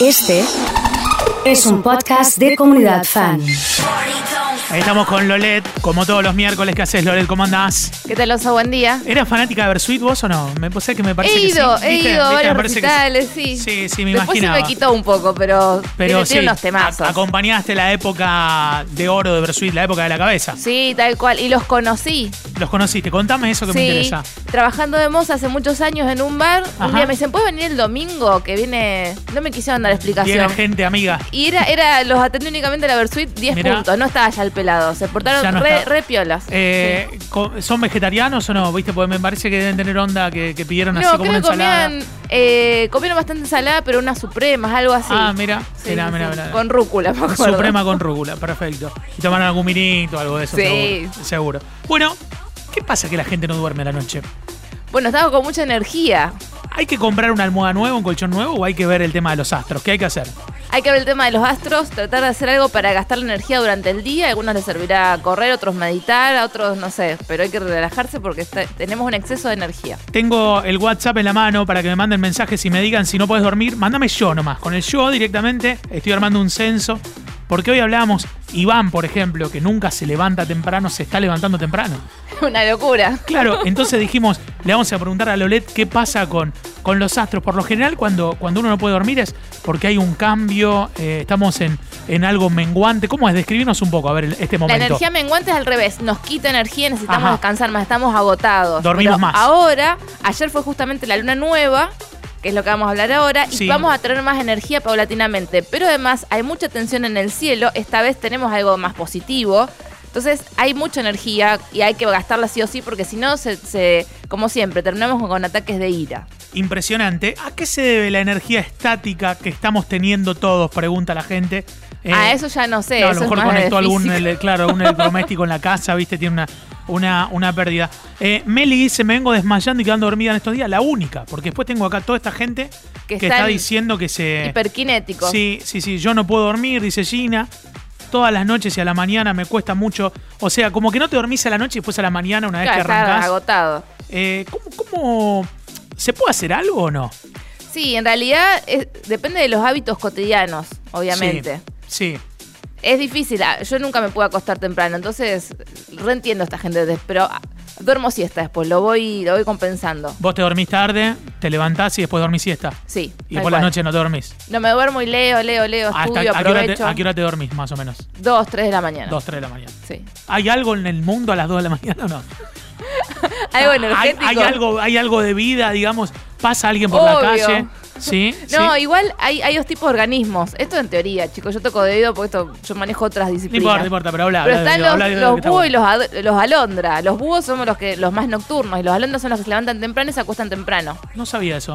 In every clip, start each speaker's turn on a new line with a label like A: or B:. A: Este es un podcast de comunidad fan.
B: Ahí estamos con Lolet, como todos los miércoles que haces, Lolet, ¿cómo andás?
C: ¿Qué tal, Oso? Buen día.
B: ¿Eras fanática de Bersuit vos o no? Me parece que me parece
C: He
B: que
C: ido,
B: sí.
C: he
B: ¿Viste?
C: ido a
B: ¿Viste?
C: varios
B: Me parece que
C: recitales,
B: sí.
C: sí.
B: Sí, sí, me
C: Después se
B: imaginaba.
C: me quitó un poco, pero,
B: Pero
C: tiene, tiene
B: sí,
C: unos temazos.
B: a- acompañaste la época de oro de Bersuit, la época de la cabeza.
C: sí, tal cual. Y los conocí.
B: Los conociste, contame eso que me
C: sí,
B: interesa.
C: trabajando de moza hace muchos años en un bar.
B: Ajá.
C: Un día me dicen, ¿puedes venir el domingo? Que viene... No me quisieron dar
B: Tiene
C: explicación.
B: gente, amiga.
C: Y era, era los atendí únicamente la Versuit 10
B: Mirá.
C: puntos. No estaba ya el pelado. Se
B: Ya
C: portaron
B: no
C: re,
B: está.
C: re piolas.
B: Eh, co- ¿Son vegetarianos o no? ¿Viste? Porque me parece que deben tener onda que, que pidieron
C: no,
B: así como
C: creo
B: una
C: que
B: ensalada.
C: comían, eh, comieron bastante ensalada, pero unas supremas, algo así.
B: Ah, mira,
C: Sí,
B: mira,
C: sí,
B: mira,
C: sí. Con rúcula, me acuerdo.
B: Suprema con rúcula, perfecto. Y tomaron algún vinito, algo de eso,
C: Sí.
B: seguro, seguro. Bueno, ¿qué pasa que la gente no duerme a la noche?
C: Bueno, estaba con mucha energía.
B: ¿Hay que comprar una almohada nueva, un colchón nuevo o hay que ver el tema de los astros? ¿Qué hay que hacer?
C: Hay que ver el tema de los astros, tratar de hacer algo para gastar la energía durante el día. A algunos les servirá correr, otros meditar, a otros no sé. Pero hay que relajarse porque está- tenemos un exceso de energía.
B: Tengo el WhatsApp en la mano para que me manden mensajes y me digan si no puedes dormir. Mándame yo nomás. Con el yo directamente estoy armando un censo. Porque hoy hablábamos, Iván, por ejemplo, que nunca se levanta temprano, se está levantando temprano.
C: Una locura.
B: Claro, entonces dijimos, le vamos a preguntar a Lolet qué pasa con, con los astros. Por lo general, cuando, cuando uno no puede dormir es porque hay un cambio, eh, estamos en, en algo menguante. ¿Cómo es? Describirnos un poco, a ver, el- este
C: La
B: momento.
C: energía menguante es al revés. Nos quita energía, necesitamos
B: Ajá.
C: descansar más, estamos agotados.
B: Dormimos
C: Pero
B: más.
C: Ahora, ayer fue justamente la luna nueva que es lo que vamos a hablar ahora, y
B: Sí.
C: vamos a tener más energía paulatinamente. Pero además hay mucha tensión en el cielo, esta vez tenemos algo más positivo, entonces hay mucha energía y hay que gastarla sí o sí, porque si no, se, se- como siempre, terminamos con, con ataques de ira.
B: Impresionante. ¿A qué se debe la energía estática que estamos teniendo todos? Pregunta la gente. Eh,
C: a eso ya no sé.
B: no, a
C: eso
B: lo mejor
C: es más de
B: conectó algún,
C: física.
B: ele- claro, algún electrodoméstico en la casa, viste, tiene una, una, una pérdida. Eh, Meli dice, me vengo desmayando y quedando dormida en estos días. La única, porque después tengo acá toda esta gente que,
C: Que
B: está
C: están
B: diciendo que se...
C: Hiperkinético.
B: Sí, sí, sí, yo no puedo dormir, dice Gina. Todas las noches y a la mañana me cuesta mucho. O sea, como que no te dormís a la noche y después a la mañana una vez
C: Claro,
B: que
C: está
B: arrancás.
C: agotado.
B: Eh, ¿cómo, cómo- se puede hacer algo o no?
C: Sí, en realidad es- depende de los hábitos cotidianos, obviamente.
B: Sí, sí.
C: Es difícil, ah, yo nunca me puedo acostar temprano, entonces reentiendo a esta gente, de- pero ah, duermo siesta después, lo voy, lo voy compensando.
B: Vos te dormís tarde, te levantás y después dormís siesta.
C: Sí.
B: Y
C: tal
B: por la
C: cual.
B: noche no te dormís.
C: No me duermo y leo, leo, leo,
B: ¿Hasta
C: estudio,
B: a qué, hora te,
C: aprovecho.
B: a qué hora te dormís más o menos?
C: Dos, tres de la mañana.
B: Dos, tres de la mañana.
C: Sí.
B: ¿Hay algo en el mundo a las dos de la mañana o no?
C: Algo
B: Ah, ¿Hay,
C: energético.
B: hay algo, hay algo de vida, digamos, pasa alguien por la
C: Obvio.
B: calle. Sí.
C: No,
B: sí.
C: igual hay, hay dos tipos de organismos. Esto en teoría, chicos. Yo toco de oído porque esto, yo manejo otras
B: No
C: disciplinas.
B: importa, no importa, pero habla.
C: Pero
B: habla de-
C: están
B: habla de-
C: los,
B: de-
C: los
B: que está
C: búhos y
B: bueno.
C: los, ad- los alondra. Los búhos somos los que los más nocturnos y los alondras son los que se levantan temprano y se acuestan temprano.
B: No sabía eso.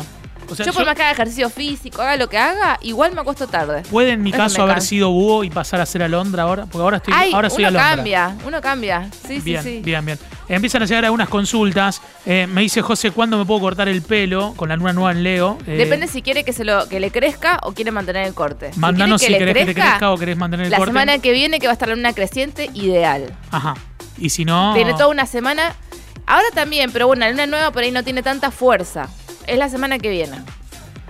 B: O sea,
C: yo, por
B: yo-
C: más que haga ejercicio físico, haga lo que haga, igual me acuesto tarde.
B: ¿Puede en mi
C: Eso me
B: caso haber
C: cansa.
B: sido búho y pasar a ser alondra ahora? Porque ahora estoy
C: Ay,
B: ahora soy
C: uno
B: alondra.
C: cambia, uno cambia. Sí,
B: Bien,
C: sí, sí.
B: bien, bien. Empiezan a llegar algunas consultas. Eh, me dice José, ¿cuándo me puedo cortar el pelo con la luna nueva en Leo? Eh,
C: Depende si quiere que se lo que le crezca o quiere mantener el corte. Si
B: Mandanos si,
C: quiere
B: querés que te crezca o querés mantener el
C: la
B: corte.
C: semana que viene que va a estar la luna creciente, ideal.
B: Ajá. Y si no.
C: Tiene toda una semana. Ahora también, pero bueno, la luna nueva por ahí no tiene tanta fuerza. Es la semana que viene.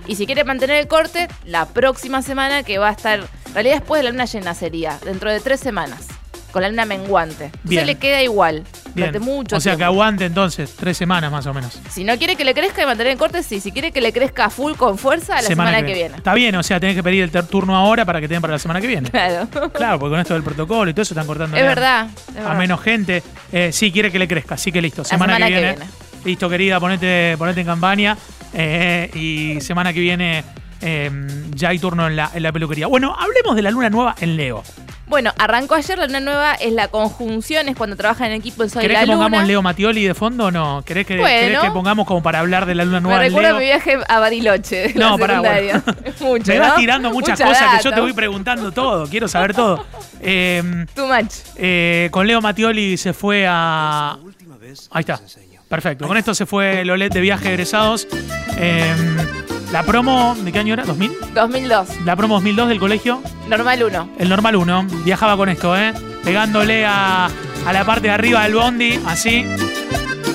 C: Y si quiere mantener el corte, la próxima semana que va a estar. En realidad, después de la luna llena sería, dentro de tres semanas, con la luna menguante. Entonces
B: Bien.
C: le queda igual.
B: Bien.
C: Durante mucho
B: O sea, que
C: tiempo.
B: aguante entonces, tres semanas más o menos.
C: Si no quiere que le crezca y mantener el corte, sí. Si quiere que le crezca full con fuerza, la semana, que, viene.
B: Está bien, o sea, tenés que pedir el ter- turno ahora para que tengan para la semana que viene.
C: Claro.
B: claro, porque con esto del protocolo y todo eso están cortando.
C: Es
B: ya
C: verdad. es
B: A
C: verdad.
B: menos gente. Eh, sí, quiere que le crezca, así que listo. Semana,
C: semana
B: que,
C: que
B: viene.
C: viene.
B: Listo, querida, ponete, ponete en campaña. eh, y semana que viene eh, ya hay turno en la, en la peluquería. Bueno, hablemos de la luna nueva en Leo.
C: Bueno, arrancó ayer la luna nueva, es la conjunción, es cuando trabaja en equipo el sol y
B: ¿Querés
C: la
B: que
C: luna.
B: pongamos Leo Matioli de fondo o no? ¿Querés que,
C: Bueno.
B: querés que pongamos como para hablar de la luna
C: Me
B: nueva en
C: recuerda
B: Leo?
C: mi viaje a Bariloche. de
B: No,
C: la
B: pará,
C: secundaria.
B: bueno.
C: Es Mucho,
B: Me vas
C: ¿no?
B: tirando muchas
C: Mucha
B: cosas que yo
C: data.
B: te voy preguntando todo, quiero saber todo. Eh,
C: Too much.
B: eh, con Leo Matioli se fue a. Ahí está. Perfecto. Con esto se fue Lolet de viaje egresados. Eh, la promo, ¿de qué año era? ¿2000?
C: 2002,
B: La promo 2002 del colegio,
C: normal 1.
B: el normal 1. Viajaba con esto, ¿eh? Pegándole a, a la parte de arriba del bondi, así.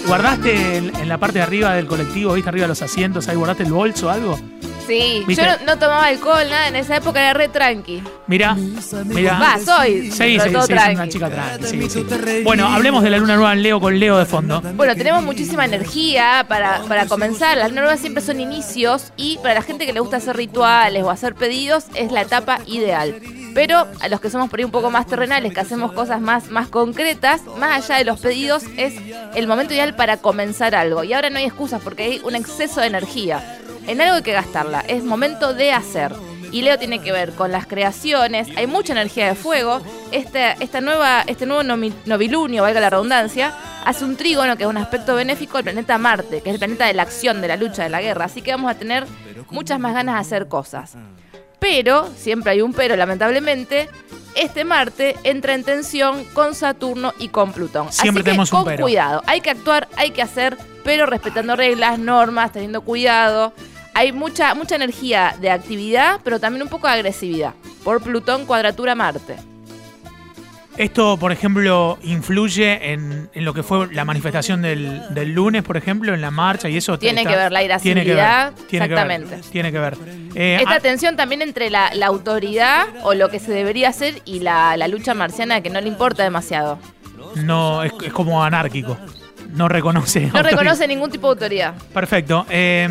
B: ¿Guardaste en, en la parte de arriba del colectivo, viste arriba de los asientos, ahí guardaste el bolso o algo?
C: Sí,
B: ¿Viste?
C: yo no, no tomaba alcohol, nada, en esa época era re tranqui.
B: Mirá, mirá.
C: Va, soy.
B: Ah. Sí, sí,
C: pero
B: sí,
C: todo
B: es
C: tranqui.
B: una chica tranqui. sí, sí. Bueno, hablemos de la luna nueva en Leo con Leo de fondo.
C: Bueno, tenemos muchísima energía para, para comenzar. Las nuevas siempre son inicios y para la gente que le gusta hacer rituales o hacer pedidos es la etapa ideal. Pero a los que somos por ahí un poco más terrenales, que hacemos cosas más, más concretas, más allá de los pedidos, es el momento ideal para comenzar algo. Y ahora no hay excusas porque hay un exceso de energía. En algo hay que gastarla, es momento de hacer. Y Leo tiene que ver con las creaciones, hay mucha energía de fuego. Este, esta nueva, este nuevo nomi- novilunio, valga la redundancia, hace un trígono que es un aspecto benéfico al planeta Marte, que es el planeta de la acción, de la lucha, de la guerra. Así que vamos a tener muchas más ganas de hacer cosas. Pero, siempre hay un pero, lamentablemente, este Marte entra en tensión con Saturno y con Plutón.
B: Siempre
C: Así que
B: tenemos un
C: con
B: pero.
C: cuidado, hay que actuar, hay que hacer, pero respetando reglas, normas, teniendo cuidado. Hay mucha, mucha energía de actividad, pero también un poco de agresividad. Por Plutón, cuadratura Marte.
B: Esto, por ejemplo, influye en, en lo que fue la manifestación del, del lunes, por ejemplo, en la marcha y eso. te-
C: Tiene que ver la
B: tiene que ver,
C: irascibilidad,
B: tiene que ver,
C: exactamente.
B: tiene que ver. Eh,
C: Esta
B: ah,
C: tensión también entre la, la autoridad o lo que se debería hacer y la, la lucha marciana que no le importa demasiado.
B: no, es, es como anárquico. No reconoce.
C: No
B: autoridad.
C: reconoce ningún tipo de autoridad.
B: Perfecto. Eh,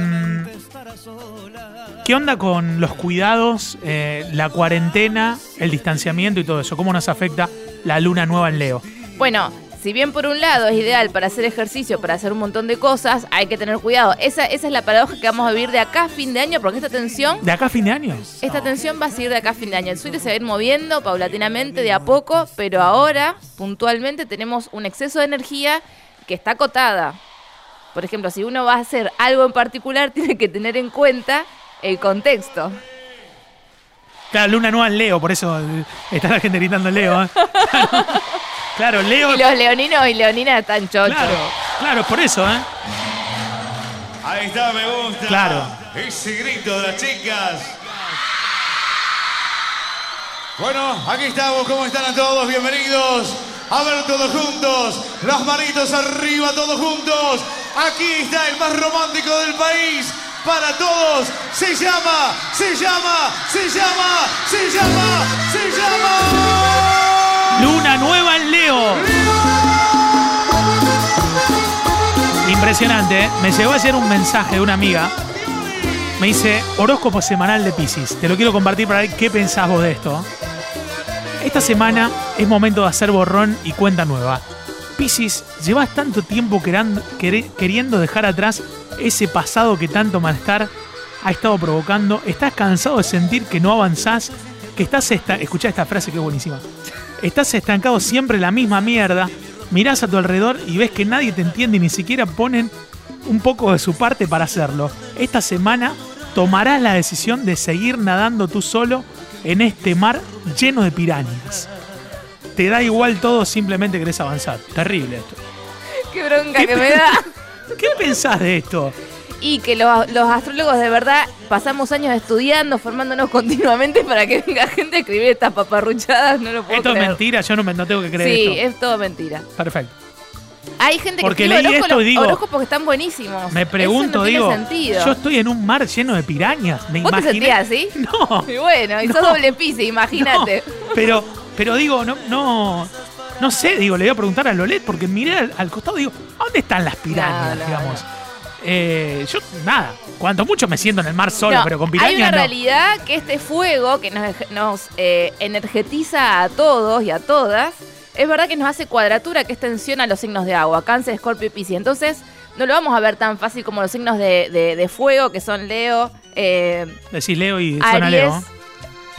B: ¿Qué onda con los cuidados, eh, la cuarentena, el distanciamiento y todo eso? ¿Cómo nos afecta la luna nueva en Leo?
C: Bueno, si bien por un lado es ideal para hacer ejercicio, para hacer un montón de cosas, hay que tener cuidado. Esa, esa es la paradoja que vamos a vivir de acá a fin de año porque esta tensión...
B: ¿De acá a fin de año?
C: Esta tensión va a seguir de acá a fin de año. El suelo se va a ir moviendo paulatinamente, de a poco, pero ahora, puntualmente, tenemos un exceso de energía que está acotada. Por ejemplo, si uno va a hacer algo en particular, tiene que tener en cuenta el contexto.
B: Claro, luna nueva en Leo, por eso eh, está la gente gritando Leo. ¿eh? Claro, Leo.
C: Y los leoninos y leoninas están chochos.
B: Claro, claro, por eso, ¿eh?
D: Ahí está, me gusta.
B: Claro.
D: Ese grito de las chicas. Bueno, aquí estamos. ¿Cómo están a todos? Bienvenidos. A ver todos juntos. Las manitos arriba, todos juntos. Aquí está el más romántico del país. Para todos. Se llama, se llama, se llama, se llama, se llama.
B: Luna nueva en Leo. Impresionante, ¿eh? Me llegó ayer un mensaje de una amiga. Me dice, horóscopo semanal de Pisces. Te lo quiero compartir para ver qué pensás vos de esto. Esta semana es momento de hacer borrón y cuenta nueva. Piscis, llevas tanto tiempo queran- quere- queriendo dejar atrás ese pasado que tanto malestar ha estado provocando. Estás cansado de sentir que no avanzás, que estás... Esta Escuchá esta frase que es buenísima. Estás estancado siempre en la misma mierda. Mirás a tu alrededor y ves que nadie te entiende y ni siquiera ponen un poco de su parte para hacerlo. Esta semana tomarás la decisión de seguir nadando tú solo en este mar lleno de piranhas. Te da igual todo, simplemente querés avanzar. Terrible esto.
C: Qué bronca
B: ¿Qué
C: que me da.
B: ¿Qué pensás de esto?
C: Y que los, los astrólogos de verdad pasamos años estudiando, formándonos continuamente para que venga gente a escribir estas paparruchadas. No lo puedo
B: Esto es
C: creer.
B: mentira, yo no, me, no tengo que creer
C: Sí,
B: esto.
C: es todo mentira.
B: Perfecto.
C: Hay gente que
B: Porque
C: escribe
B: leí esto y digo-
C: horóscopos que están buenísimos.
B: Me pregunto,
C: Eso no
B: digo,
C: Tiene sentido.
B: yo estoy en un mar lleno de piranhas. Me
C: ¿Vos te
B: imaginé-
C: sentías así?
B: No.
C: Y bueno, y sos
B: No.
C: doble pise, imagínate.
B: No, pero, pero digo, no, no. No sé, digo, le voy a preguntar a Lolet porque miré al, al costado y digo, ¿a dónde están las
C: No,
B: pirañas,
C: no,
B: digamos? Eh, yo, nada, cuanto mucho me siento en el mar solo,
C: No,
B: pero con
C: hay una
B: pirañas no.
C: realidad que este fuego que nos, ej- nos, eh, energetiza a todos y a todas, es verdad que nos hace cuadratura, que es tensión a los signos de agua, cáncer, escorpio y piscis. Entonces, no lo vamos a ver tan fácil como los signos de, de- de fuego, que son Leo, eh,
B: Decís Leo y suena
C: Aries,
B: Leo.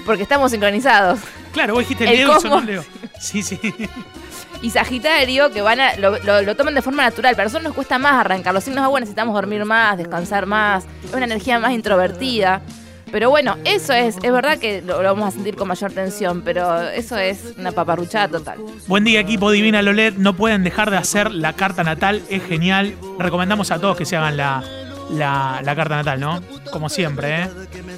C: porque estamos sincronizados.
B: Claro, vos dijiste
C: el
B: Leo y sonó
C: cosmos.
B: Leo. Sí, sí.
C: y Sagitario que van a, lo, lo- lo toman de forma natural. Para nosotros nos cuesta más arrancar. Los signos de agua necesitamos dormir más, descansar más. Es una energía más introvertida. Pero bueno, eso es. Es verdad que lo, lo vamos a sentir con mayor tensión, pero eso es una paparruchada total.
B: Buen día, equipo Divina Lolet. No pueden dejar de hacer la carta natal, es genial. Recomendamos a todos que se hagan la, la- la carta natal, ¿no? Como siempre, ¿eh?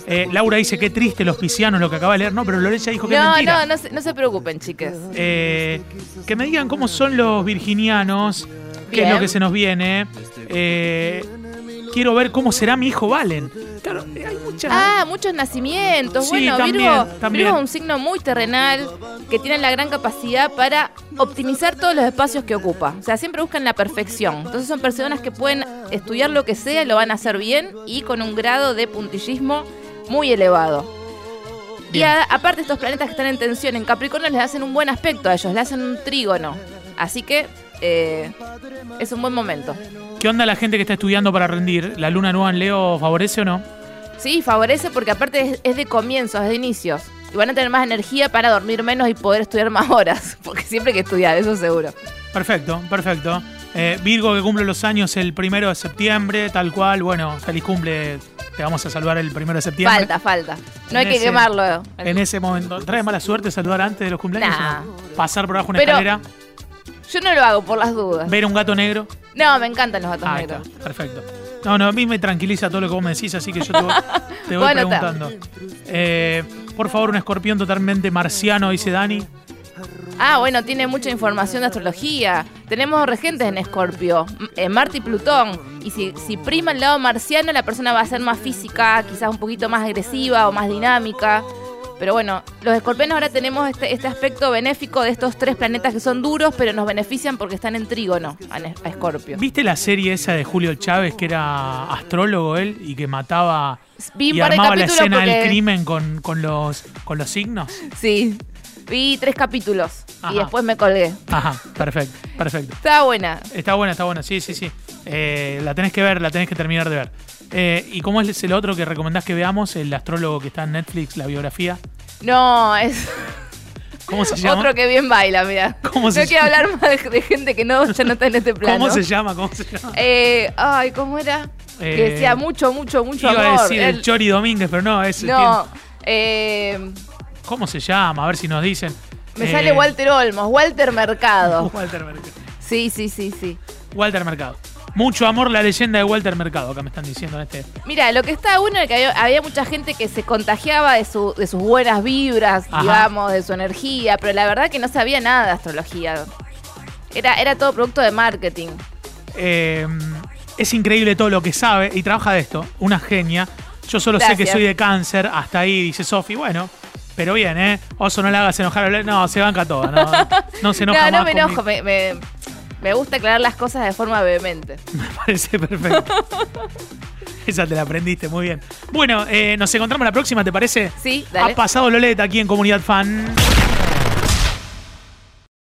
B: Eh, Laura dice, qué triste los piscianos lo que acaba de leer. No, pero Lolet ya dijo que es
C: No,
B: mentira.
C: no, no se, no se preocupen, chicas.
B: Eh, que me digan cómo son los virginianos, qué es
C: Bien.
B: lo que se nos viene. Eh, quiero ver cómo será mi hijo Valen. Claro, eh, hay muchas.
C: Ah, muchos nacimientos.
B: Sí,
C: bueno,
B: también,
C: Virgo,
B: también.
C: Virgo es un signo muy terrenal que tiene la gran capacidad para optimizar todos los espacios que ocupa. O sea, siempre buscan la perfección. Entonces son personas que pueden estudiar lo que sea, lo van a hacer bien y con un grado de puntillismo muy elevado. Y
B: Bien.
C: a- aparte estos planetas que están en tensión en Capricornio les hacen un buen aspecto a ellos, le hacen un trígono. Así que eh, es un buen momento.
B: ¿Qué onda la gente que está estudiando para rendir? ¿La luna nueva en Leo favorece o no?
C: Sí, favorece porque aparte es, es de comienzos, es de inicios. Y van a tener más energía para dormir menos y poder estudiar más horas. Porque siempre hay que estudiar, eso seguro.
B: Perfecto, perfecto. Eh, Virgo que cumple los años el primero de septiembre, tal cual. Bueno, feliz cumple. Te vamos a saludar el primero de septiembre.
C: Falta, falta. No hay
B: En
C: que
B: ese-
C: quemarlo.
B: En ese momento. ¿Traes mala suerte saludar antes de los cumpleaños?
C: Nah.
B: Pasar por abajo una
C: Pero-
B: escalera,
C: Yo no lo hago por las dudas.
B: ver a un gato negro.
C: No, me encantan los gatos
B: Ah, ahí está,
C: negros.
B: perfecto. No, no, a mí me tranquiliza todo lo que vos me decís, así que yo te voy, te voy
C: Bueno, está.
B: preguntando. Eh, por favor, un escorpión totalmente marciano, dice Dani.
C: Ah, bueno, tiene mucha información de astrología. Tenemos regentes en Escorpio, m- eh, Marte y Plutón. Y si, si prima el lado marciano, la persona va a ser más física, quizás un poquito más agresiva o más dinámica. Pero bueno, los escorpianos ahora tenemos este, este aspecto benéfico de estos tres planetas que son duros, pero nos benefician porque están en trígono a, Ne- a Escorpio.
B: ¿Viste la serie esa de Julio Chávez, que era astrólogo él y que mataba
C: Vi un
B: y
C: par de
B: armaba la
C: capítulos
B: escena
C: porque-
B: del crimen con, con, los, con los signos?
C: Sí, vi tres capítulos
B: Ajá.
C: y después me colgué.
B: Ajá, perfecto, perfecto.
C: Estaba buena.
B: Está buena, está buena, sí, sí, sí. Eh, la tenés que ver, la tenés que terminar de ver. Eh, ¿Y cómo es el otro que recomendás que veamos? El astrólogo que está en Netflix, la biografía.
C: No, es
B: ¿Cómo se llama?
C: otro que bien baila, mira.
B: ¿Cómo
C: no
B: se
C: quiero
B: llama?
C: hablar más de, de gente que no, ya no está en este plano.
B: ¿Cómo se llama? ¿Cómo se llama?
C: Eh, ay, ¿cómo era? que
B: Eh,
C: decía mucho, mucho, mucho
B: Iba
C: amor.
B: a decir el
C: Él-
B: Chori Domínguez, pero no, es.
C: no, eh,
B: tiene- ¿Cómo se llama? A ver si nos dicen.
C: me
B: Eh,
C: sale Walter Olmos, Walter Mercado.
B: Walter Mercado.
C: Sí, sí, sí, sí.
B: Walter Mercado. Mucho amor, la leyenda de Walter Mercado, acá me están diciendo en este.
C: Mira, lo que está bueno es que había, había mucha gente que se contagiaba de, su, de sus buenas vibras,
B: Ajá.
C: digamos, de su energía, pero la verdad que no sabía nada de astrología. Era, era todo producto de marketing.
B: Eh, es increíble todo lo que sabe y trabaja de esto. Una genia. Yo solo sé que
C: Gracias.
B: soy de cáncer. Hasta ahí, dice Sofi. Bueno, pero bien, ¿eh? Oso, no la hagas enojar. a Blair. No, se banca toda. No, no se enoja
C: no, no
B: más
C: me
B: conmigo.
C: enojo, me, me- me gusta aclarar las cosas de forma vehemente.
B: Me parece perfecto. Esa te la aprendiste, muy bien. Bueno, eh, nos encontramos la próxima, ¿te parece?
C: Sí, dale.
B: Ha pasado Loleta aquí en Comunidad Fan.